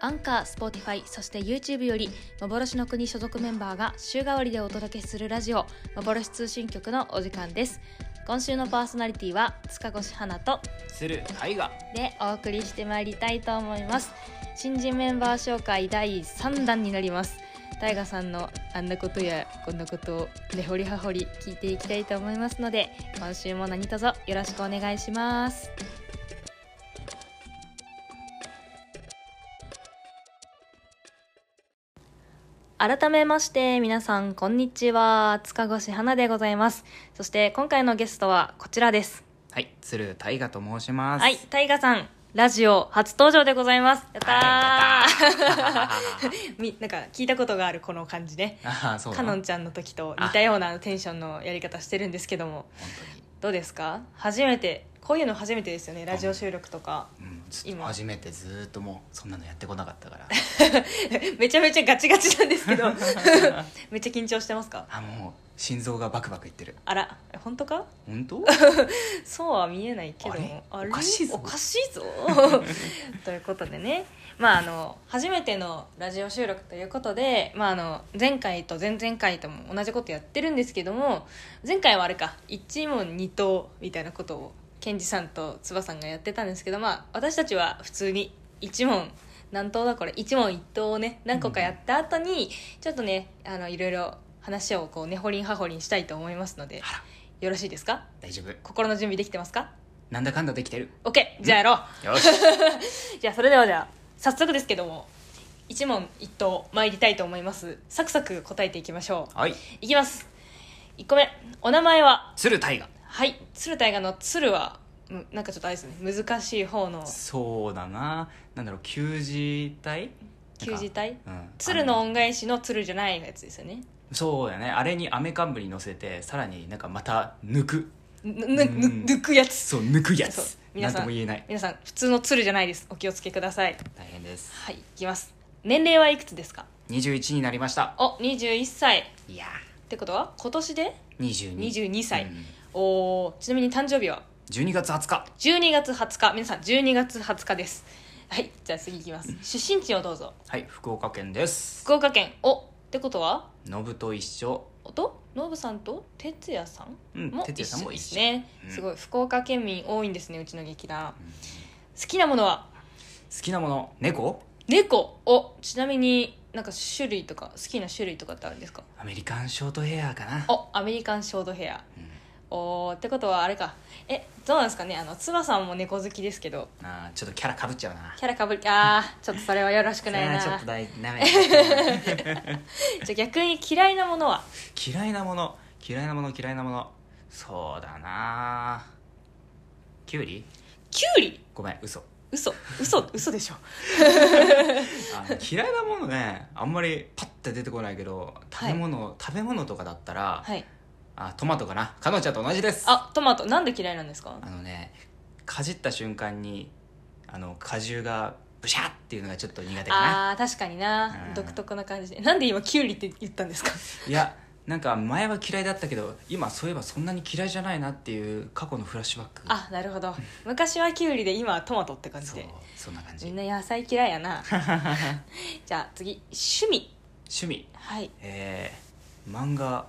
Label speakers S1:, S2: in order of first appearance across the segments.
S1: アンカー、Spotify、そして YouTube より幻の国所属メンバーが週替わりでお届けするラジオ幻通信局のお時間です今週のパーソナリティは塚越花と
S2: する大河
S1: でお送りしてまいりたいと思います新人メンバー紹介第3弾になります大河さんのあんなことやこんなことを根掘り葉掘り聞いていきたいと思いますので今週も何卒よろしくお願いします改めまして皆さんこんにちは塚越花でございますそして今回のゲストはこちらです
S2: はい鶴大河と申します
S1: はい、タイガさん、ラジオ初登場でございます。やったー、
S2: はいやった
S1: みなんか聞いたことがあるこの感じね。
S2: あ あそう
S1: か
S2: な
S1: のん
S2: 本
S1: ちゃんの時と似たようなテンションのやり方してるんですけども、どうですか初めて、こういうの初めてですよね、ラジオ収録とか。
S2: 当に、うん、ずっと
S1: 今
S2: 初めてずーっともうそんなのやってこなかったから
S1: めちゃめちゃガチガチなんです けど、めっちゃ緊張してますか
S2: あもう心臓がバクバクいってる
S1: あら、本当か
S2: 本当
S1: そうは見えないけども
S2: あれおかしいぞ
S1: おかし いぞということでね、まあ、あの初めてのラジオ収録ということで、まあ、あの前回と前々回とも同じことやってるんですけども前回はあれか一問二答みたいなことをケンジさんとつばさんがやってたんですけど、まあ、私たちは普通に一問何答だこれ一問一答をね何個かやった後にちょっとねあのいろいろ話をこう根掘り葉掘りしたいと思いますので
S2: あら
S1: よろしいですか
S2: 大丈夫
S1: 心の準備できてますか
S2: なんだかんだできてる
S1: OK じゃあやろ
S2: よし
S1: うじゃあそれではじゃあ早速ですけども一問一答参りたいと思いますサクサク答えていきましょ
S2: はいう
S1: いきます1個目お名前は
S2: 鶴大河
S1: はい鶴大河の鶴はむなんかちょっとあれですね難しい方の
S2: そうだななんだろう旧字体
S1: 旧字
S2: 体、
S1: 体
S2: うん、
S1: 鶴の
S2: あ
S1: 恩返しの鶴じゃないやつですよね
S2: そうだねあれにアメカンブに乗せてさらになんかまた抜く
S1: ぬぬぬ
S2: うん
S1: 抜くやつ
S2: そう抜くや
S1: そう
S2: つ
S1: 皆
S2: なん
S1: さん
S2: とも言えない
S1: 皆さん普通の鶴じゃないですお気をつけください
S2: 大変です
S1: はいいきます年齢はいくつですか
S2: 21になりました
S1: お21歳っ
S2: いや
S1: てことは今年で
S2: 22
S1: 22歳、
S2: うん
S1: おーちなみに誕生日は
S2: 12月20日
S1: 12月20日皆さん12月20日ですはいじゃあ次いきます出身地をどうぞ
S2: はい福岡県です
S1: 福岡県おってことは
S2: ノブと一緒
S1: おとノブさんと哲也さん
S2: うん
S1: も
S2: 哲
S1: 一
S2: 也さん
S1: 緒
S2: も
S1: で
S2: 一
S1: す
S2: 緒
S1: ね、
S2: うん
S1: すごい福岡県民多いんですねうちの劇
S2: う
S1: 団
S2: ん
S1: 好きなものは
S2: 好きなもの猫
S1: 猫おちなみになんか種類とか好きな種類とかってあるんですか
S2: アメリカンショートヘアかな
S1: おアメリカンショートヘア
S2: うん
S1: おーってことはあれかえどうなんですかねあのつばさんも猫好きですけど
S2: あーちょっとキャラかぶっちゃうな
S1: キャラかぶりあーちょっとそれはよろしくないな
S2: それはちょっとだいダ メ
S1: じゃあ逆に嫌いなものは
S2: 嫌いなもの嫌いなもの嫌いなものそうだなキュウリ
S1: キュウリ
S2: ごめん嘘
S1: 嘘嘘嘘でしょ
S2: あ の嫌いなものねあんまりパッて出てこないけど食べ物、食べ物とかだったら、
S1: はい
S2: あトマトかなかのんちゃんと同じです
S1: あトマトなんで嫌いなんですか
S2: あのねかじった瞬間にあの果汁がブシャッっていうのがちょっと苦手かな
S1: あー確かにな
S2: うん
S1: 独特な感じでなんで今キュウリって言ったんですか
S2: いやなんか前は嫌いだったけど今そういえばそんなに嫌いじゃないなっていう過去のフラッシュバック
S1: あなるほど昔はキュウリで今はトマトって感じ
S2: そう
S1: で
S2: そんな感じ
S1: みん
S2: 趣
S1: な野菜嫌いや なじゃあ次趣味
S2: 味
S1: はい
S2: えー、漫画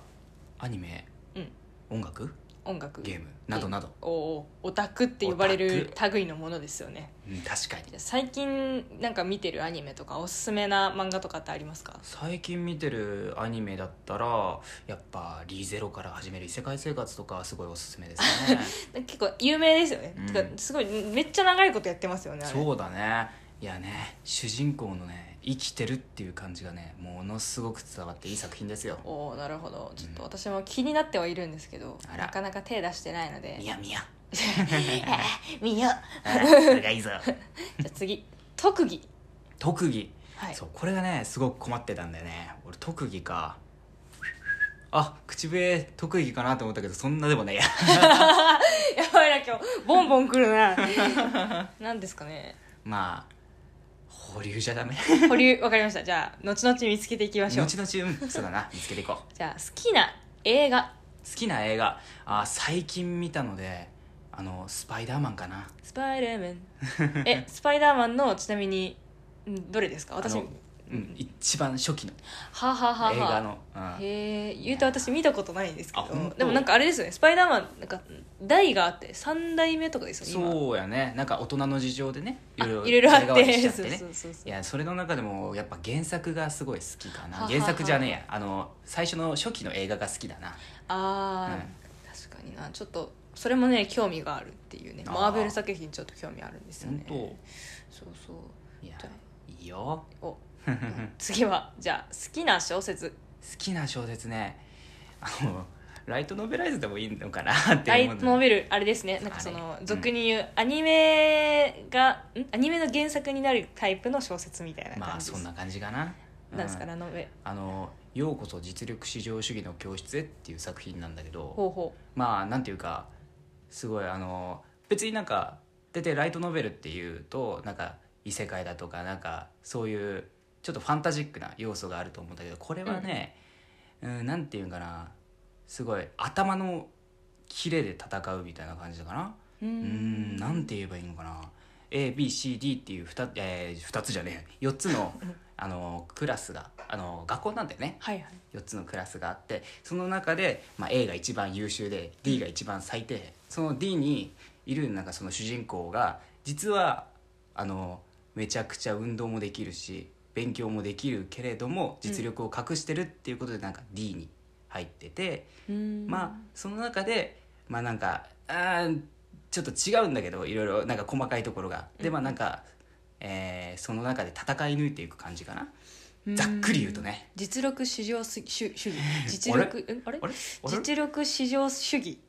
S2: アニメ
S1: うん
S2: 音楽
S1: 音楽
S2: ゲームなどなど、
S1: おおオタクって呼ばれる
S2: オ
S1: 類のものですよね
S2: うん、確かに
S1: じゃあ最近なんか見てるアニメとかおすすめな漫画とかってありますか
S2: 最近見てるアニメだったらやっぱ「リゼロから始める異世界生活」とかすごいおすすめですね
S1: 結構有名ですよね、
S2: うん
S1: てかすごいめっちゃ長いことやってますよねあれ
S2: そうだねいやね主人公のね生きてるっていう感じがねものすごく伝わっていい作品ですよ
S1: おおなるほどちょっと私も気になってはいるんですけど、
S2: あら
S1: なかなか手出してないので
S2: みや みや
S1: 見よう
S2: あそれがいいぞ
S1: じゃあ次特技
S2: 特技、
S1: はい
S2: そうこれがねすごく困ってたんだよね俺特技かあ口笛特技かなと思ったけどそんなでもねいや
S1: やばいな今日ボンボンくるな 何ですかね
S2: まあ保留じゃダメ
S1: 保留わかりましたじゃあ後々見つけていきましょう
S2: 後々うんそうだな見つけていこう
S1: じゃあ好きな映画
S2: 好きな映画あ最近見たのであのスパイダーマンかな
S1: スパイダーマンえスパイダーマンのちなみにうんどれですか私
S2: あ
S1: は
S2: のうん、一番初期の
S1: あはあはあはあ
S2: 映画の、うん
S1: へえ言うと私見たことないんですけ
S2: あ
S1: ど
S2: 本当
S1: でもなんかあれですよね「スパイダーマン」なんか代があって3代目とかですよね
S2: そうやねなんか大人の事情でねい
S1: 今
S2: ろ
S1: あ
S2: い
S1: い
S2: ろ
S1: ろいろあって
S2: 代替わりしちゃっ
S1: そ
S2: て
S1: う
S2: ね
S1: そうそうそう
S2: いやそれの中でもやっぱ原作がすごい好きか
S1: はは
S2: な
S1: は
S2: 原作じゃねえやあの最初の初期の映画が好きだな
S1: あー、確かになちょっとそれもね興味があるっていうね
S2: あー
S1: マーベル作品ちょっと興味あるんですよね
S2: 本
S1: そうそう
S2: 当いや
S1: じゃ
S2: いいよ
S1: お
S2: 好
S1: 次はじゃあ好きな小説
S2: きな小説ねあのライトノベライズでもいいのかな って
S1: ラ
S2: 思
S1: イ
S2: う
S1: トノベルあれですねなんかそ
S2: あ
S1: の
S2: れ
S1: 俗に言うアニメが、んアニメの原作になるタイプの小説みたいな
S2: ま
S1: 感
S2: あ
S1: じ
S2: そ
S1: です、
S2: んな感じかな
S1: なんですか
S2: ね
S1: ラノベ
S2: あの「ようこそ実力至上主義の教室へ」っていう作品なんだけど
S1: ほうほ
S2: まあなんていうかすごいあの別になんか出てライトノベルっていうとなんか異世界だとかなんかそういうちょっとファンタジックな要素があると思うんだけどこれはね、うん、なんていうんかなすごい頭のキレで戦うみたいな感じだかな
S1: うう
S2: う
S1: ー
S2: ん
S1: ん
S2: なんて言えばいいのかな ABCD っていう 2,、えー、2つじゃねえ4つのあのクラスがあの学校なんだよね
S1: はいはい
S2: 4つのクラスがあってその中で、まあ、A が一番優秀で D が一番最低その D にいるなんかその主人公が実はあのめちゃくちゃ運動もできるし勉強もできるけれども実力を隠してるっていうことでなんか D に入ってて、
S1: うーん
S2: まあその中でまあなんかあーちょっと違うんだけどいろいろなんか細かいところが。でまあなんか、えーその中で戦い抜いていく感じかな。ざっくり言うとね。
S1: 実力至上主義 主義実力えあれ
S2: あれあれ
S1: 実力至上主義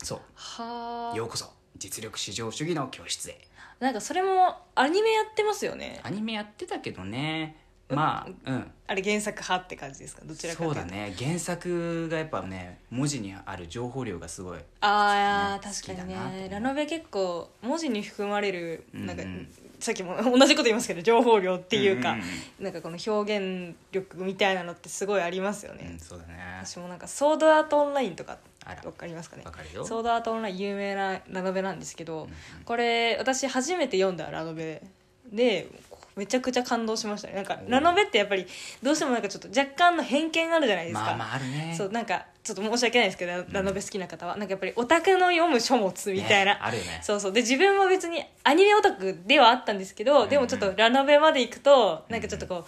S2: そう
S1: は
S2: よ
S1: あ
S2: うこそ実力至上主義の教室へ
S1: なんかそれもアニメやってますよね
S2: アニメやってたけどねまあうん
S1: あれ原作派って感じですかどちらかと
S2: そう
S1: い
S2: う
S1: と
S2: だね原作がやっぱね文字にある情報量がすごい
S1: ああ、
S2: ね
S1: 確かに
S2: 好きだなと思
S1: ね
S2: う
S1: ラノベ結構文字に含まれるなんか、
S2: うんうん
S1: さっきも 同じこと言いますけど情報量っていうか、
S2: んん
S1: なんかこの表現力みたいなのってすごいありますよ
S2: うんう
S1: ね
S2: ん、そうだね
S1: 私もなんかソードアートオンラインとか
S2: あら
S1: わかりますかね
S2: わかるよ
S1: ソードアートオンライン有名なラノベなんですけ
S2: うんう
S1: ど、
S2: ん
S1: これ私初めて読んだラノベでめちゃくちゃ感動しましたねなんかラノベってやっぱりどうしてもなんかちょっと若干の偏見あるじゃないですか、
S2: まあまああるね
S1: そうなんかちょっと申し訳ないですけど、ラノベ好きな方はなんかやっぱりオタクの読む書物みたいな、
S2: ねあるよね
S1: そうそうで自分も別にアニメオタクではあったんですけど、でもちょっとラノベまで行くとなんかちょっとこ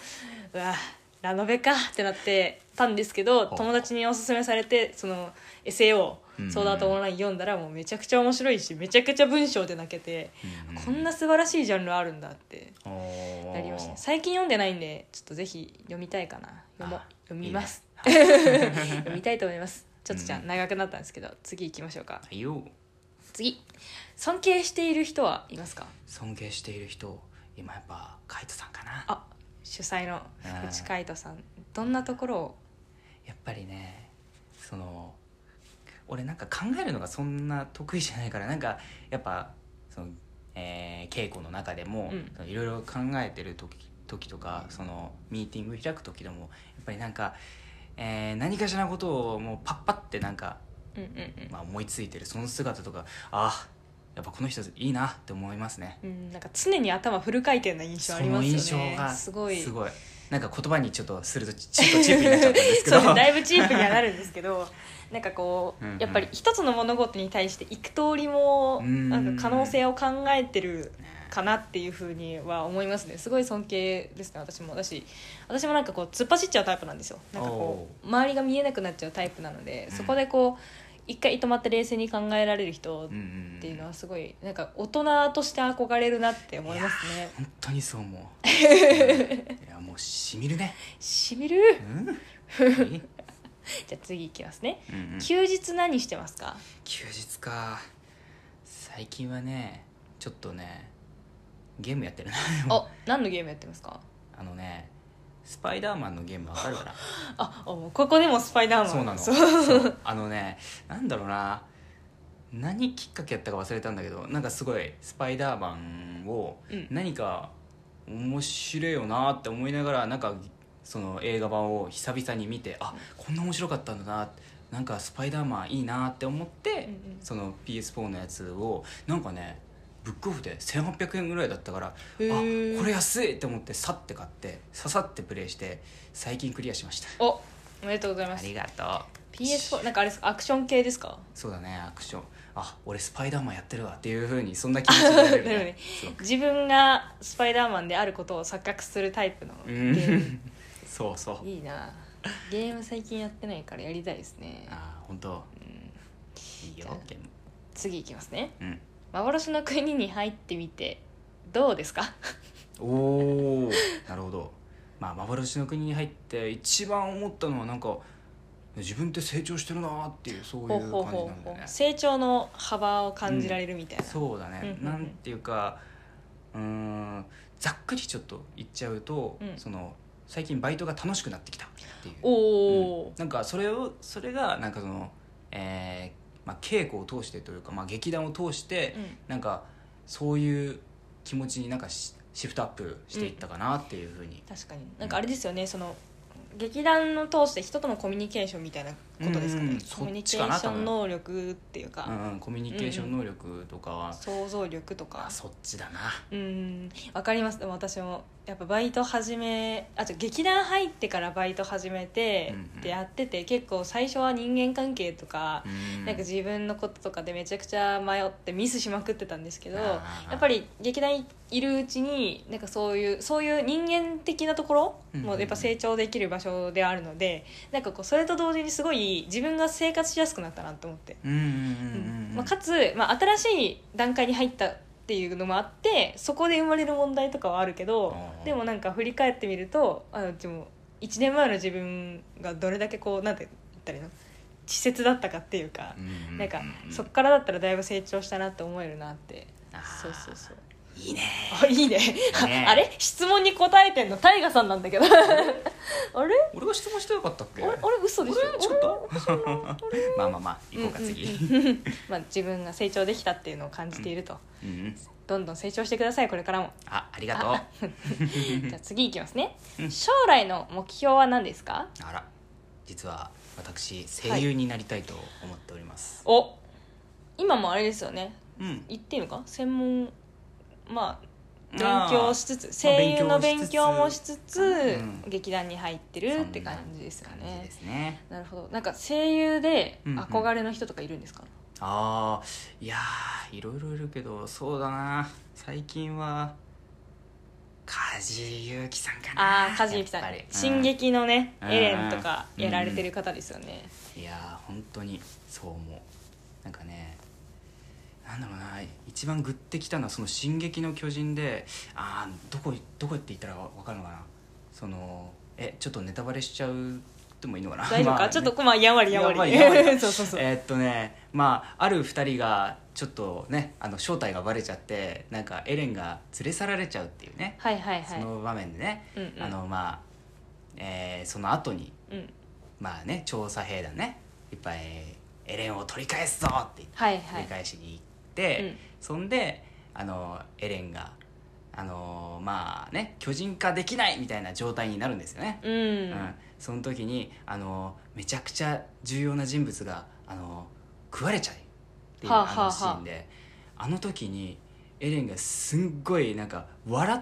S1: う、うわラノベかってなってたんですけど
S2: ほう
S1: 友達におすすめされてその SAO
S2: うん
S1: ソードアートオンライン読んだらもうめちゃくちゃ面白いしめちゃくちゃ文章で泣けて、
S2: うんうん
S1: こんな素晴らしいジャンルあるんだって
S2: おー
S1: なりましたね最近読んでないんでちょっとぜひ読みたいかな読もう
S2: あ
S1: 読みます
S2: いいねはい
S1: 読みたいと思いますちょっとじゃあ
S2: うん
S1: 長くなったんですけど、次行きましょうか
S2: はいよ
S1: 次尊敬している人はいますか
S2: 尊敬している人今やっぱカイトさんかな
S1: あ主催の
S2: うん
S1: 福地海斗さんどんなところを
S2: やっぱりねその俺なんか考えるのがそんな得意じゃないからなんかやっぱその、えー稽古の中でも
S1: うん
S2: そのいろいろ考えてる時時とかそのミーティング開く時でもやっぱりなんか、えー何かしらのことをもうパッパってなんか、
S1: うんうん
S2: まあ、思いついてるその姿とかあーやっぱこの人いいなって思いますね。
S1: うん、うん、なんか常に頭フル回転な印象ありますよね
S2: その印象が
S1: すごい
S2: すごいなんか言葉にちょっとするとちょっとチープになっちゃったんですけ ど
S1: そうねだいぶチープにはなるんです けどなんかこう、
S2: うんうん
S1: やっぱり一つの物事に対して幾通りも
S2: うん
S1: なんか可能性を考えてる
S2: ね
S1: かなっていうふうには思いますねすごい尊敬ですね私もだし私もなんかこう突っ走っちゃうタイプなんですよなんかこう周りが見えなくなっちゃうタイプなので、
S2: うん
S1: そこでこう一回止まって冷静に考えられる人っ
S2: うんうんうん
S1: ていうのはすごいなんか大人として憧れるなって思いますね
S2: 本当にそう思 ういやもうしみるね
S1: しみる
S2: うん、
S1: じゃあ次いきますね
S2: うんうん休
S1: 休日何してま すか
S2: 日か最近はねちょっとねゲームやってるな
S1: あ何のゲームやってますか
S2: あのねスパイダーマンのゲームわかるか
S1: あおここでもスパイダーマ
S2: ら
S1: ン
S2: そうなの
S1: そう
S2: そうあのねなんだろうな何きっかけやったか忘れたんだけどなんかすごいスパイダーマンを
S1: うん
S2: 何か面白いよなって思いながらなんかその映画版を久々に見てあこんな面白かったんだななんかスパイダーマンいいなって思って、
S1: うんうん
S2: その PS4 のやつをなんかねブックオフで1800円ぐらいだったからあ
S1: へー
S2: これ安いって思ってさって買ってささってプレイして最近クリアしました
S1: おおめでとうございま
S2: あ
S1: す
S2: りがと
S1: PS4 なんかあれですかアクション系ですか
S2: うそうだねアクションあ俺スパイダーマンやってるわっていうふうにそんな気持ちになれる
S1: なるほどね
S2: ねそう
S1: 自分がスパイダーマンであることを錯覚するタイプの
S2: う
S1: ゲーム
S2: んそうそう
S1: いいなゲーム最近やってないからやりたいですね
S2: あー本当いいよ
S1: じゃあ
S2: ゲーム
S1: 次いきますね
S2: うん
S1: 幻の国に入ってみてどうですか
S2: おお なるほどまあ幻の国に入って一番思ったのはなんか自分って成長してるなーっていうそういう
S1: ほ
S2: 感
S1: う
S2: じ
S1: ほうほ
S2: な
S1: う
S2: だ
S1: んほ
S2: よね
S1: う成長の幅を感じられるみたいな、
S2: そうだね、
S1: うんうんうん
S2: なんていうかうーんざっくりちょっと言っちゃうと、
S1: うん
S2: その最近バイトが楽しくなってきたっていうう
S1: おお
S2: ん、なんかそれをそれがなんかその、えーまあ、稽古を通してというか、まあ、劇団を通して、
S1: うん
S2: なんかそういう気持ちになんかシシフトアップしていったかなっていうふうに、
S1: 確かになんかあれですよねその劇団の通して人とのコミュニケーションみたいなことですかね、
S2: うんうん
S1: コミュ
S2: そ
S1: ニ
S2: っ
S1: ケ
S2: ちかな
S1: ーション能力っていうか、
S2: うんうん、コミュニケーション能力とかは、
S1: 想像力とか
S2: あそっちだな
S1: うんわかりますでも私もやっぱバイト始めあと劇団入ってからバイト始めて
S2: うんうん
S1: ってやってて結構最初は人間関係とか、
S2: うん
S1: なんか自分のこととかでめちゃくちゃ迷ってミスしまくってたんですけどや
S2: あー
S1: っぱり劇団いるうちになんかそういうそういう人間的なところ
S2: うんうん
S1: もやっぱ成長できる場所であるので、なんかこうそれと同時にすごい自分が生活しやすくなったなと思って
S2: うんうんうんうん
S1: まあ、かつ、まあ、新しい段階に入ったっていうのもあってそこで生まれる問題とかはあるけど
S2: あー
S1: でもなんか振り返ってみるとあでも1年前の自分がどれだけこうなんて言ったらいいの稚拙だったかっていうか
S2: う、んうん
S1: なんか
S2: うん
S1: そっからだったらだいぶ成長したなって思えるなって
S2: あー
S1: そうそうそう
S2: いいね
S1: あいいね
S2: ね
S1: あれ質問に答えてんの大我さんなん だけどあれ
S2: 俺が質問してなかったっけ
S1: あれあれ嘘でしょ
S2: あれちょっとまあまあまあ行こうか次
S1: まあ、自分が成長できたっていうのを感じていると、
S2: うんうん
S1: どんどん成長してくださいこれからも
S2: あありがとう
S1: じゃあ次いきますね
S2: うん
S1: 将来の目標は何ですか
S2: あら実は私声優になりたいと思っております、
S1: お今もあれですよね
S2: うん
S1: 言っていいのか専門まあ勉
S2: あー
S1: 強しつつ声優の勉
S2: 勉
S1: 強
S2: 強
S1: も
S2: も
S1: し
S2: し
S1: つ
S2: つつ
S1: つ、
S2: うん
S1: 劇団に入ってるって感じですか
S2: そんな感
S1: ね
S2: じですね
S1: なるほどなんか声優で
S2: うんうん
S1: 憧れの人とかいるんですか、
S2: あーいやーいろいろいるけどそうだな最近は梶裕貴さんかな
S1: ああ梶幸さん
S2: やっぱり
S1: 「進撃のね、
S2: うん
S1: エレン」とかやられてる方ですよね、
S2: うんいやー本当にそう思うなんかねなんだろうな一番グッてきたのはその「進撃の巨人で」あーどこどこって言ったらわわかるのかなそのえちょっとネタバレしちゃうでもいいのかな
S1: 大丈夫か、
S2: まあ
S1: ちょっとまあやんわりやんわり
S2: やんわりやんわり
S1: そうそうそう、
S2: えーっとねまあある2人がちょっとねあの正体がバレちゃってなんかエレンが連れ去られちゃうっていうね、
S1: はいはいは
S2: そ
S1: い
S2: の場面でね、
S1: うんうん
S2: あのまあ、えーその後に
S1: うん
S2: まあね調査兵団ねいっぱいエレンを取り返すぞって言って
S1: はいは
S2: 取り
S1: い
S2: 返しに行って、
S1: うん
S2: そんであのエレンがあのまあね巨人化できないみたいな状態になるんですよね。
S1: うん、
S2: うん、その時にあのめちゃくちゃ重要な人物があの食われちゃうっていう
S1: はあ
S2: あ
S1: はあはあ
S2: のシーンで、あの時にエレンがすんごいなんか笑っ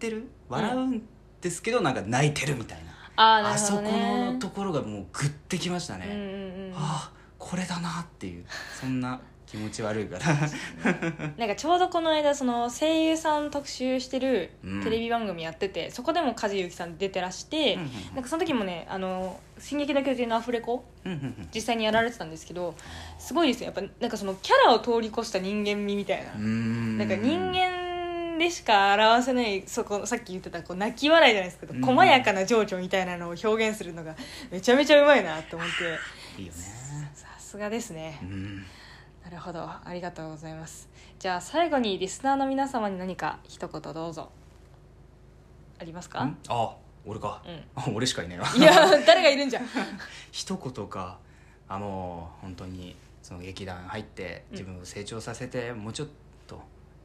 S2: てる笑うんですけど、なんか泣いてるみたいな
S1: あー
S2: あ
S1: なるほ
S2: そ
S1: ど
S2: こ
S1: ね
S2: のところがもうグッてきました
S1: うん
S2: ね、
S1: うんうん
S2: ああこれだなっていうそんな気持ち悪いから
S1: なんかちょうどこの間その声優さん特集してる
S2: うん
S1: テレビ番組やってて、そこでも梶裕貴さん出てらして、
S2: うんうんうん
S1: なんかその時もね「あの進撃の巨人」のアフレコ
S2: うんうんうん
S1: 実際にやられてたんですけどすごいですねやっぱなんかそのキャラを通り越した人間味みたいな、
S2: うーん
S1: なんか人間でしか表せないそこさっき言ってたこう泣き笑いじゃないですけど、
S2: うん
S1: 細やかな情緒みたいなのを表現するのがめちゃめちゃうまいなと思って
S2: いいよね
S1: さすがですね、
S2: うん
S1: なるほどありがとうございますじゃあ最後にリスナーの皆様に何か一言どうぞありますか
S2: んあ俺か、
S1: うん
S2: あ俺しかいないわ
S1: いや 誰がいるんじゃん
S2: 一言かあもう本当にその劇団入って
S1: うん
S2: 自分を成長させて、もうちょっと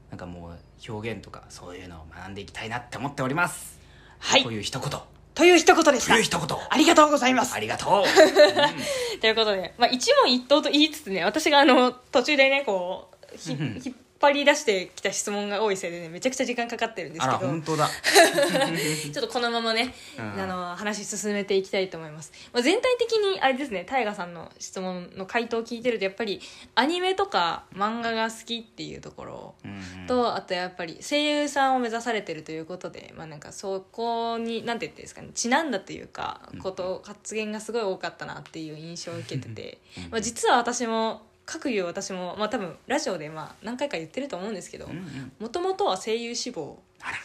S2: なんかもう表現とかそういうのを学んでいきたいなって思っております
S1: はい
S2: という一言
S1: という一言でし
S2: と
S1: た
S2: いう一言
S1: ありがとうございます
S2: ありがとう、うん
S1: ということで、まあ、一問一答と言いつつね私があの途中でねこうひ
S2: うんうん
S1: ひ張り出してきた質問が多いせいでねめちゃくちゃ時間かかってるんです
S2: あ
S1: け
S2: ら
S1: ど
S2: 本 当だ
S1: ちょっとこのままね、
S2: うん
S1: あの話進めていきたいと思います、まあ、全体的にあれですね大河さんの質問の回答を聞いてるとやっぱりアニメとか漫画が好きっていうところ
S2: うんうん
S1: と、あとやっぱり声優さんを目指されてるということで、まあ、なんかそこになんて言ってんですかねちなんだというか
S2: うん
S1: こと発言がすごい多かったなっていう印象を受けてて、
S2: うん
S1: まあ、実は私も各言う私も、まあ、多分ラジオでまあ何回か言ってると思うんですけど
S2: うんうん
S1: もともとは声優志望
S2: あら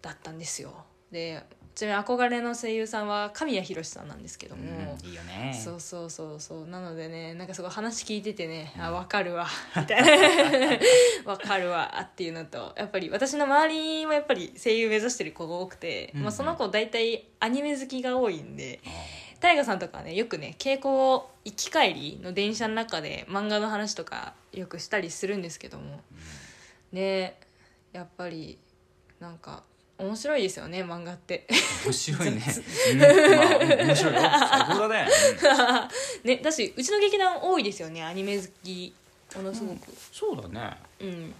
S1: だったんですよでちなみに憧れの声優さんは神谷博さんなんですけども、
S2: うんいいよね
S1: そううそうそうそうなのでねなんかすごい話聞いててね、
S2: う
S1: あ
S2: ん
S1: 分かる わみたいな 分かるわっていうのとやっぱり私の周りもやっぱり声優目指してる子が多くて、
S2: うん
S1: まあ、その子大体アニメ好きが多いんで大河さんとかはねよくね稽古を行き帰りの電車の中で漫画の話とかよくしたりするんですけどもねやっぱりなんか面白いですよね漫画って。
S2: 面白いね、うんまあ面白いよ最高だね、うん
S1: ね、だしうちの劇団多いですよねアニメ好きものすごく
S2: そうだね
S1: うん、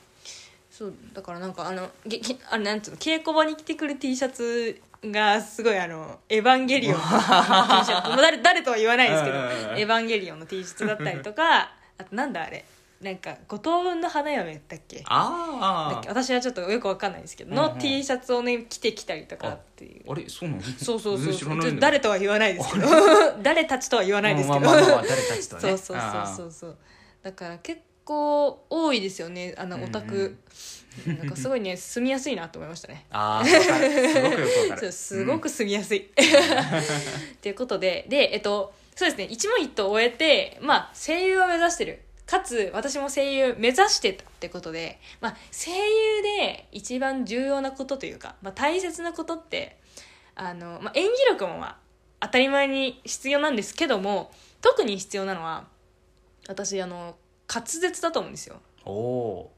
S1: そうだからなんかあのげげあれなんつうの稽古場に着てくる T シャツがすごいあの「エヴァンゲリオン」の T シャツもう誰誰とは言わないですけど
S2: うんうんうん
S1: 「エヴァンゲリオン」の T シャツだったりとかあとなんだあれなんか「五等分の花嫁」だっけだ
S2: あ
S1: っけ
S2: あ
S1: 私はちょっとよくわかんないですけど
S2: うんう
S1: の
S2: ん
S1: T シャツをね着てきたりとかっていう
S2: あれそうなの
S1: そうそうそう
S2: 知
S1: そ
S2: ら
S1: う
S2: ない
S1: ちょっ
S2: ん
S1: と
S2: だ
S1: 誰とは言わないですけど誰たちとは言わないですけど
S2: まあまあまあまあ誰たちとはね
S1: そうそうそうそうそうだから結構多いですよねあ
S2: うん
S1: の
S2: うん
S1: オタク、なんかすごいね住みやすいなと思いましたね
S2: あーあーわかるすごくよくわか
S1: そう
S2: る
S1: すごく住みやすい っていうことででえっとそうですね一問一答終えてまあ声優を目指してるかつ私も声優目指してたってことで、まあ、声優で一番重要なことというか、まあ、大切なことってあの、まあ、演技力もまあ当たり前に必要なんですけども特に必要なのは私あの滑舌だと思うんですよ
S2: うんおお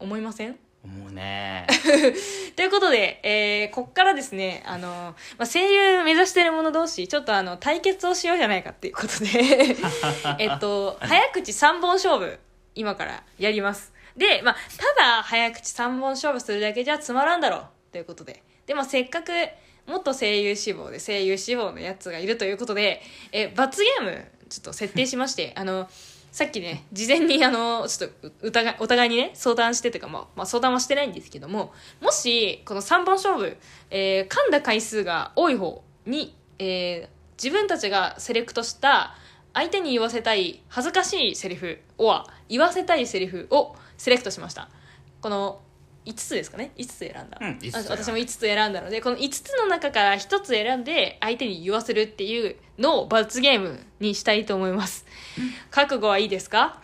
S1: 思いません
S2: ーもうね
S1: ということで、えーこっからですね、あのまあ、声優目指してる者同士、ちょっとあの、対決をしようじゃないかっていうことで、 えっと、早口3本勝負、今からやります。で、まあ、ただ早口3本勝負するだけじゃつまらんだろう、ということで。で、まあ、せっかく、元声優志望で声優志望のやつがいるということで、え、罰ゲーム、ちょっと設定しまして、あの、さっきね、事前にあの、ちょっとう疑い、お互いにね、相談してというか、まあ、まあ、相談はしてないんですけども、もし、この3本勝負、えー噛んだ回数が多い方に、えー自分たちがセレクトした、相手に言わせたい恥ずかしいセリフ、おは、言わせたいセリフをセレクトしました。この、5つですかね ?5 つ選んだ。
S2: うん5つ
S1: あ
S2: 選んだ
S1: 私も5つ選んだので、この5つの中から1つ選んで、相手に言わせるっていうのを罰ゲームにしたいと思います。覚悟はいいですか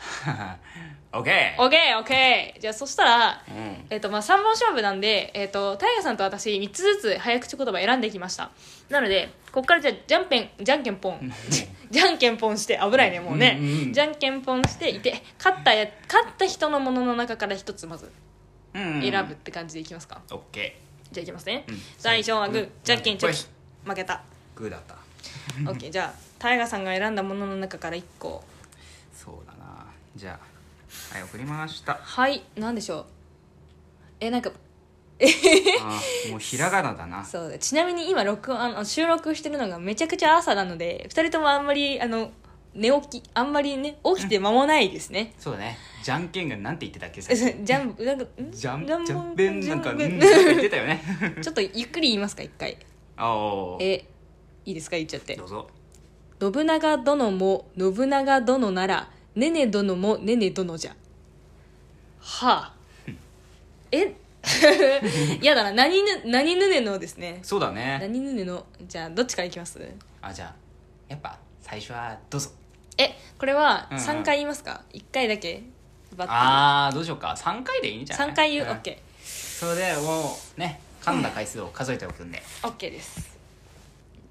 S2: オッケー
S1: ?OK、OK! じゃあそしたら、
S2: うん
S1: えっとまあ3本勝負なんで、えっとタイガさんと私3つずつ早口言葉選んできましたなのでここからじゃあじゃんぺんじゃんけんぽんじゃんけんぽんして危ないねもうね、
S2: うんうんうん
S1: じゃんけんぽんしていて勝ったや勝った人のものの中から1つまず
S2: うん
S1: 選ぶって感じでいきますか、
S2: オッケ
S1: じゃあいきますね、
S2: うん
S1: 最初はグー、
S2: うん
S1: じゃんけんチョキ
S2: ほ
S1: 負けた
S2: ーグーだった
S1: OK じゃあタイガさんが選んだものの中から1個
S2: そうだなじゃあはい送りました
S1: はい何でしょうえなんか
S2: あーもうひらがなだな
S1: そうだちなみに今録音あの収録してるのがめちゃくちゃ朝なので2人ともあんまりあの寝起きあんまりね起きて間もないですね、
S2: そうだねじゃんけんがなんて言ってたっけさ
S1: え
S2: っ
S1: そ
S2: き
S1: うジャンなんかん
S2: じゃん
S1: ジ
S2: じ
S1: ャ
S2: ゃ
S1: ンボ
S2: んべんなんかうん
S1: ジャ
S2: な
S1: ン
S2: ん
S1: ベ
S2: か
S1: ン
S2: 言ってたよね
S1: ちょっとゆっくり言いますか一回
S2: あおー
S1: えいいですか言っちゃって
S2: どうぞ
S1: 信長殿も信長殿ならねね殿もねね殿じゃはあ えやだな何ぬ何ぬねのですね
S2: そうだね
S1: 何ぬねのじゃあどっちからいきます
S2: あじゃあやっぱ最初はどうぞ
S1: えこれは
S2: うんうん
S1: 3回言いますか、一1回だけバッ
S2: あーどうしようか3回でいいんじ
S1: て
S2: ゃない
S1: 3回言う、
S2: ん
S1: OKOK
S2: それでもうね噛んだ回数を数えておくんで
S1: です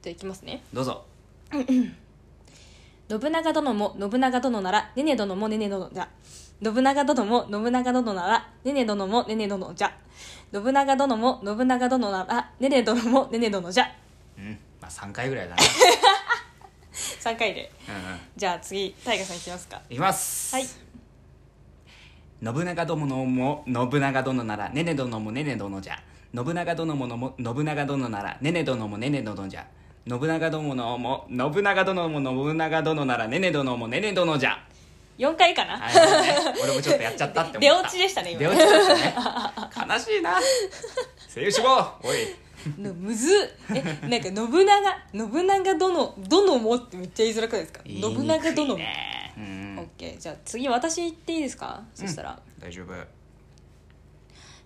S1: じゃあいきますね
S2: どうぞ
S1: 信長殿も信長殿ならねね殿もねね殿じゃ信長殿も信長殿ならねね殿もねね殿じゃ信長殿も信長殿ならねね殿もねね殿じゃ
S2: うんまあ3回ぐらいだ
S1: 3回で
S2: なうんうん
S1: じゃあ次大河さんいきますか
S2: いきます
S1: はい
S2: 信長殿も信長殿ならねね殿もねね殿じゃ信長殿ものも信長殿ならねね殿もねね殿じゃ信長殿のも信長殿も信長殿ならねね殿もねね殿じゃ
S1: 4回かな、
S2: はい俺もちょっとやっちゃったって思った
S1: 出落ちでしたね今
S2: 出落ちで したね悲しいな声優志望おい
S1: の むずっえなんか信長信長殿殿もってめっちゃ言いづらくないですか
S2: 言いにく
S1: 信
S2: い
S1: 長殿も
S2: ねう
S1: オ
S2: ん
S1: ッケーじゃあ次私言っていいですか、そしたら
S2: 大丈夫うん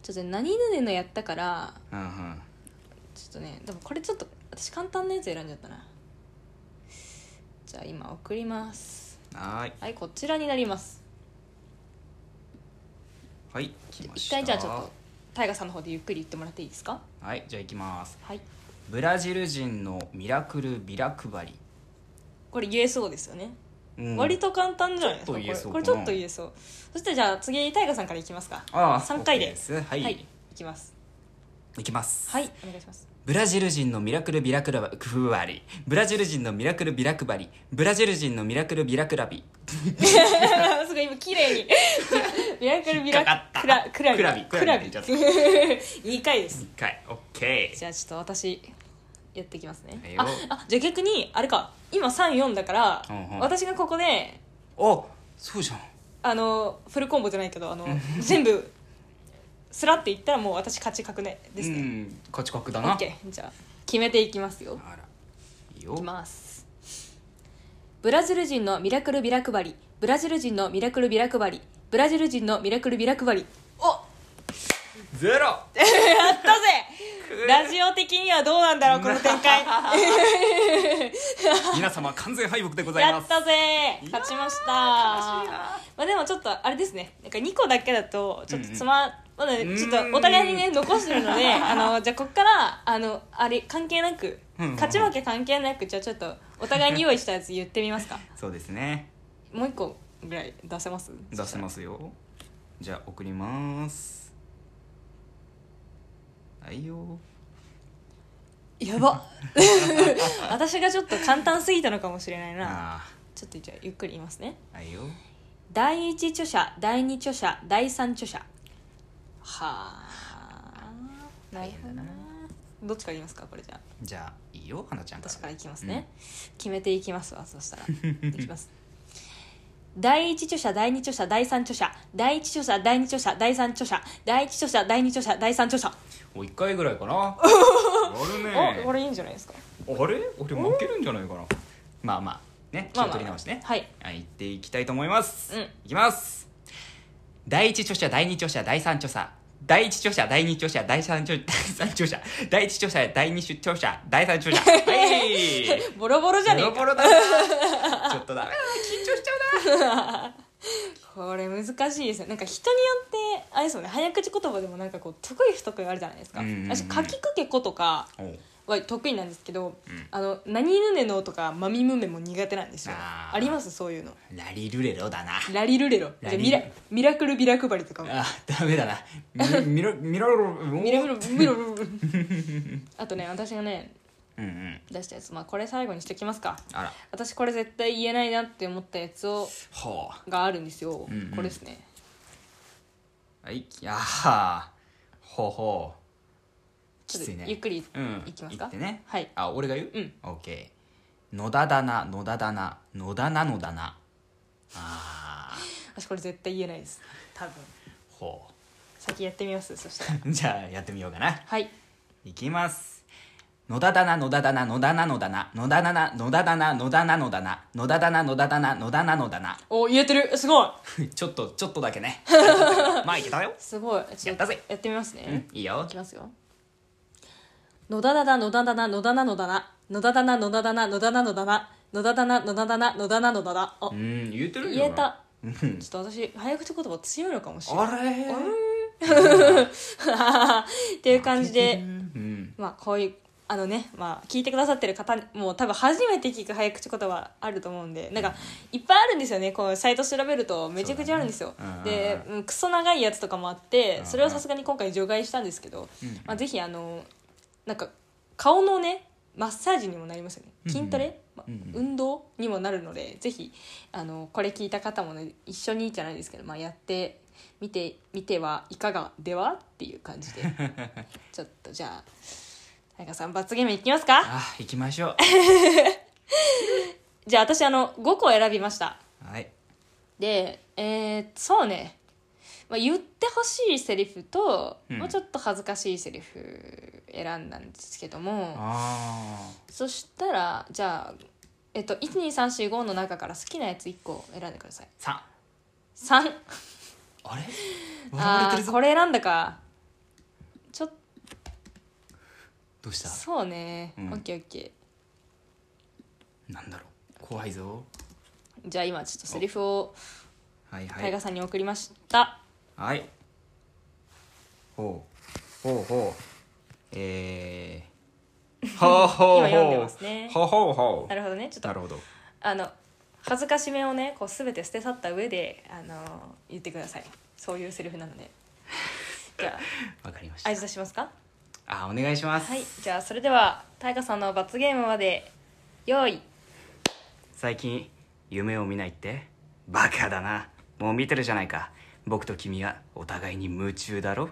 S1: ちょっとね何々のやったから
S2: うん
S1: ちょっとねでもこれちょっと私簡単なやつ選んじゃったなじゃあ今送ります
S2: はーい
S1: はいこちらになります
S2: はい来まし
S1: 一
S2: た
S1: 回じゃあちょっと大我さんの方でゆっくり言ってもらっていいですか
S2: はいじゃあ行きます
S1: はい
S2: ブラジル人のミラクルビラ配り、
S1: これ言えそうですよね、
S2: うん
S1: 割と簡単じゃないで
S2: ち
S1: すか
S2: ょっと言えそう
S1: こ
S2: か
S1: れ
S2: な
S1: これちょっと言えそうそしてじゃあ次大我さんからいきますか
S2: ああ
S1: 3回
S2: OK
S1: で
S2: ですはい、
S1: はい
S2: い、
S1: きます
S2: きます
S1: はいお願いします
S2: ブラジル人のミラクルビラクラ配りブラジル人のミラクルビラ配りブラジル人のミラクルビラクラビ
S1: すごい今綺麗 にミラクルミラ
S2: 引っかかった
S1: クラクラ
S2: クラ
S1: ビ
S2: ビ
S1: クラ
S2: クラ
S1: ビ
S2: ビちょっと
S1: 2回です
S2: 一回オッケ
S1: じゃあちょっと私やっていきますね
S2: はいよ
S1: ああじゃあ逆にあれか今34だから
S2: うんうん
S1: 私がここで
S2: ーあそうじゃん
S1: あのフルコンボじゃないけど あの全部スラっていったらもう私勝ち確ねです
S2: う
S1: ね
S2: ん価値格だ
S1: オ
S2: な
S1: ッケーじゃあ決めていきますよ
S2: あらいい
S1: い
S2: よ
S1: きますブラジル人のミラクルビラ配りブラジル人のミラクルビラ配りブラジル人のミラクルビラ配りおや
S2: ゼロ
S1: ったぜラジオ的にはどうなんだろうこの展開
S2: 皆様完全敗北 でござい
S1: や
S2: ま
S1: っ
S2: す
S1: たぜ勝ちましたまあでもちょっとあれですねなんか2個だけだとちょっとつま、まだねちょっとお互いにね残してる のであのじゃあこっからあのあれ関係なく
S2: うんうんうん
S1: 勝ち負け関係なくじゃあちょっとお互いに用意したやつ言ってみますか
S2: そうですね
S1: もう1個ぐらい出せます
S2: 出せますよじゃあ送りますはいよ
S1: やば私がちょっと簡単すぎたのかもしれないな
S2: あ
S1: ちょっとじゃあゆっくり言いますね
S2: あはいよ
S1: 第一著者第二著者第三著者はあなるほどなどっちから言いますかこれじゃあ
S2: じゃあいいよ花ちゃんから
S1: 私からいきますね、決めていきますわそし たらいきます第一著者第二著者第三著者第一著者第二著者第三著者第一著者第二著者第三著者、
S2: お一回ぐらいかなやる
S1: おこ
S2: ね
S1: れいいんじゃないですか
S2: あれ俺負けるんじゃないかなまあまあね気を取り直してね
S1: まあまあはい
S2: はい 行っていきたいと思います、
S1: うん
S2: いきます第一著者第二著者第三著者第一著者第二著者第三著第三著者第一著者第二著者第三著 者はい
S1: ボロボロじゃねえか
S2: ボロボロだ なちょっとダメだな緊張しちゃうな
S1: これ難しいですよなんか人によってあれですよね早口言葉でもなんかこう得意不得意あるじゃないですか、
S2: うんうんうん
S1: 私かきくけことか
S2: おう
S1: は得意なんですけど、
S2: ん
S1: あの何ぬねのとかまみむめも苦手なんですよ
S2: あ
S1: あ
S2: ー
S1: りますそういうの
S2: ラリルレロだな
S1: ラリルレロ
S2: ラ
S1: じゃあ
S2: リル
S1: ミラミラクルビラ配りとかも
S2: あダメだなみミロミロ
S1: ミ
S2: ロ
S1: ラクルミラクルあとね私がね
S2: うんうん
S1: 出したやつまあこれ最後にしてきますか
S2: あら
S1: 私これ絶対言えないなって思ったやつを
S2: ほう
S1: があるんですよ、
S2: んうん
S1: これですね
S2: はい、あはほうほう。きついね。
S1: ゆっくり
S2: うん、
S1: いきますか、
S2: 行ってね。
S1: はい
S2: あ、俺が言う
S1: うん。
S2: オッケー。野田だな、野田だな、野田なのだな。あ
S1: 私これ絶対言えないです多分
S2: ー、ほ
S1: 先やってみますそしたら
S2: う。 じゃあ、やってみようかな。
S1: はい
S2: いきます。野田だな、野田だな、野田なのだな、野田だな、野田だな、野田なのだな、野田だな、野田だな、野田なのだな。
S1: お言えてるすごい
S2: ちょっと、ちょっとだけね。 まあ、いけたよ。
S1: すごいちょ
S2: やったぜ
S1: やってみます
S2: う
S1: ね
S2: ん、いいよ
S1: いき。ますよのだだだのだだだのだなのだなのだだなのだだなのだなのだなのだだなのだだなのだなのだなあ
S2: うん、言うてるよ。
S1: 言えた
S2: うん。
S1: ちょっと私早口言葉強いのかもしれない
S2: あれー。
S1: っていう感じで
S2: うん。
S1: まあこういうあのねまあ聞いてくださってる方もう多分初めて聞く早口言葉あると思うんでなんかいっぱいあるんですよねこうサイト調べるとめちゃくちゃあるんですよ、
S2: そうだね
S1: で
S2: う
S1: うんクソ長いやつとかもあって
S2: うん
S1: それをさすがに今回除外したんですけど、まあ、ぜひあのなんか顔のねマッサージにもなりますよね筋トレ、まあ
S2: うんうん
S1: 運動にもなるのでぜひあのこれ聞いた方もね一緒にじゃないですけど、まあ、やって見てみてはいかがではっていう感じでちょっとじゃあ田中さん罰ゲームいきますか
S2: あ行きまし ょう
S1: じゃあ私あの5個選びました
S2: はい
S1: でえー、そうね、まあ、言ってほしいセリフと、
S2: うん
S1: もうちょっと恥ずかしいセリフ選んだんですけども
S2: あ
S1: そしたらじゃあ、えっと、12345の中から好きなやつ1個選んでください
S2: ー3
S1: 3
S2: あれ笑わ
S1: あ
S2: れてる
S1: ー
S2: ぞ
S1: これ選んだかちょっ
S2: どうし
S1: と
S2: た
S1: そうね、
S2: うん
S1: オッケーオッケ
S2: なんだろう怖いぞ
S1: ーじゃあ今ちょっとセリフを
S2: はいは
S1: タイガ
S2: い
S1: ーさんに送りました、
S2: はいほうほうほうえーほうほう
S1: 今読んで
S2: ほ
S1: ますね
S2: うほうほうほ
S1: なるほどねちょっ
S2: う
S1: と
S2: なるほど
S1: あの恥ずかしめをねこう全て捨て去った上であの言ってくださいそういうセリフなのでじゃ
S2: わかりまし
S1: あ
S2: た
S1: 合図しますか
S2: あお願いします、
S1: はいじゃあそれでは大我さんの罰ゲームまで用意
S2: 最近夢を見ないってバカだなもう見てるじゃないか僕と君はお互いに夢中だろ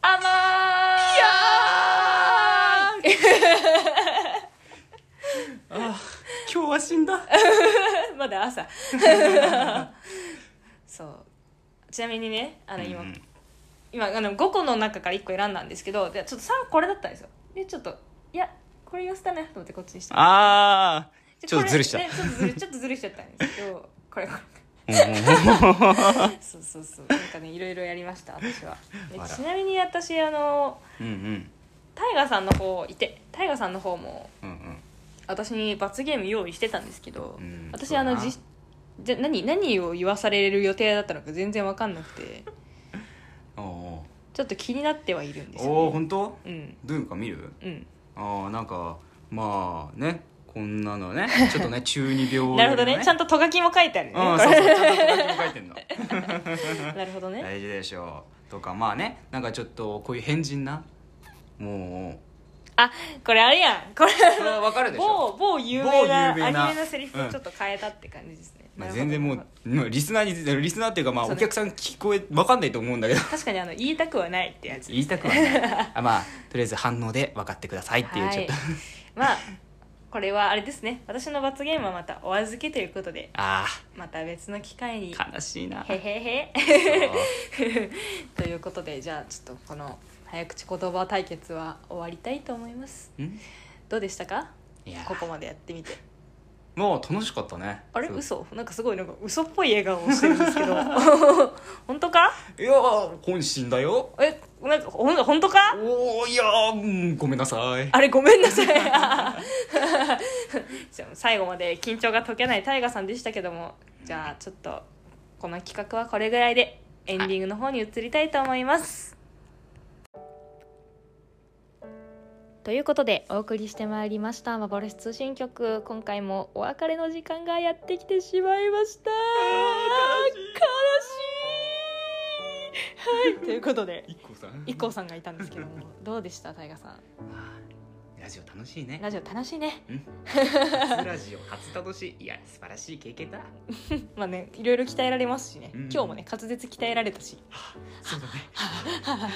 S1: 甘ーい
S2: 今日は死んだ
S1: まだ朝そうちなみにねあの今、
S2: うんうん
S1: 今あの5個の中から1個選んだんですけどでちょっと3これだったんですよでちょっといやこれ寄せたなと思ってこっちにした
S2: ああ
S1: で
S2: ちょっとずるしちゃ
S1: これねちょっとずるちょっとずるしちゃったんですけど これこれ そうそうそうなんかねいろいろやりました 私はで
S2: あら
S1: ちなみに私あの
S2: うんうん
S1: タイガさんの方いてタイガさんの方も
S2: うんうん
S1: 私に罰ゲーム用意してたんですけど、
S2: うん
S1: 私
S2: そう
S1: あ
S2: だな
S1: のじじゃ何何を言わされる予定だったのか全然わかんなくて
S2: おお
S1: ちょっと気になってはいるんで
S2: お
S1: す
S2: お
S1: よ、ね、
S2: 本当
S1: うん
S2: どういうのか見る
S1: うん
S2: ああなんかまあねこんな のねちょっとね中二病、
S1: なるほどねちゃん
S2: と
S1: ととがきも書いてあるね
S2: うん
S1: こ
S2: そう
S1: れ
S2: そうちゃんと手書きも書いてんの
S1: なるほどね、
S2: 大事でしょうとかまあねなんかちょっとこういう変人なも
S1: あこれあれやんこれ
S2: うこれはわかるでしょ
S1: 某某有名な
S2: 某有名な
S1: アニメのセリフをちょっと変えたって感じですね、
S2: まあ、
S1: なるほ
S2: 全
S1: ど
S2: 然もううんリスナーにリスナーっていうかまあ
S1: そう
S2: お
S1: ね
S2: 客さん聞こえわかんないと思うんだけど
S1: 確かにあの言いたくはないってやつ
S2: 言いたくは ないあまあとりあえず反応で分かってくださいっていうちょっと、
S1: はいまあこれはあれですね私の罰ゲームはまたお預けということで
S2: あ
S1: また別の機会に
S2: あ悲しいな
S1: へへ
S2: そ
S1: へ
S2: う
S1: ということでじゃあちょっとこの早口言葉対決は終わりたいと思います
S2: ん
S1: どうでしたか
S2: いや
S1: ここまでやってみて
S2: もう楽しかったね
S1: あれ
S2: そう
S1: 嘘なんかすごいなんか嘘っぽい笑顔をしてるんですけ ど本当か
S2: いやー本心だよ
S1: えなんかほん本当か
S2: おーいやーうんごめんなさい
S1: あれごめんなさい じゃあ最後まで緊張が解けないタイガさんでしたけどもじゃあちょっとこの企画はこれぐらいでエンディングの方に移りたいと思いますということでお送りしてまいりました幻通信局今回もお別れの時間がやってきてしまいました悲しいはいということで
S2: i k さん
S1: i k さんがいたんですけどもどうでしたタイガさん
S2: あーラジオ楽しいね
S1: ラジオ楽しいね。
S2: 初ラジオ初楽しいいや素晴らしい経験だ
S1: まあね、いろいろ鍛えられますしね。
S2: うん
S1: 今日もね、滑舌鍛えられたし。
S2: そうだね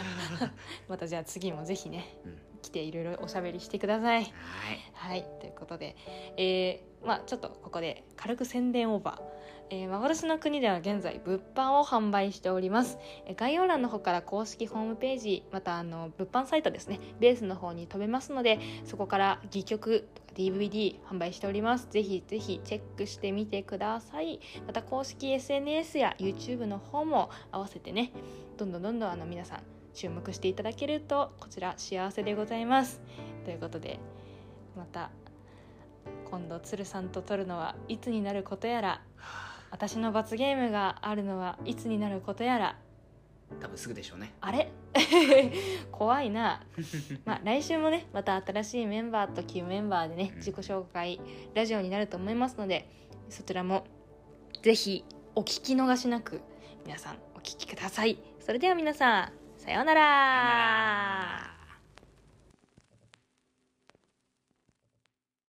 S1: またじゃあ次もぜひね、
S2: うん
S1: 来ていろいろおしゃべりしてください。
S2: はい
S1: はい、ということで、えーまあちょっとここで軽く宣伝オーバー。えー幻の国では現在物販を販売しております、えー概要欄の方から公式ホームページまたあの物販サイトですねベースの方に飛べますのでそこから戯曲とか DVD 販売しておりますぜひぜひチェックしてみてくださいまた公式 SNS や YouTube の方も合わせてねどんどんどんどんあの皆さん注目していただけるとこちら幸せでございますということでまた今度鶴さんと撮るのはいつになることやら私の罰ゲームがあるのはいつになることやら
S2: 多分すぐでしょうね
S1: あれ 怖い な、まあ、来週もねまた新しいメンバーと旧メンバーでね
S2: うん
S1: 自己紹介ラジオになると思いますのでそちらもぜひお聞き逃しなく皆さんお聞きくださいそれでは皆さんさようなら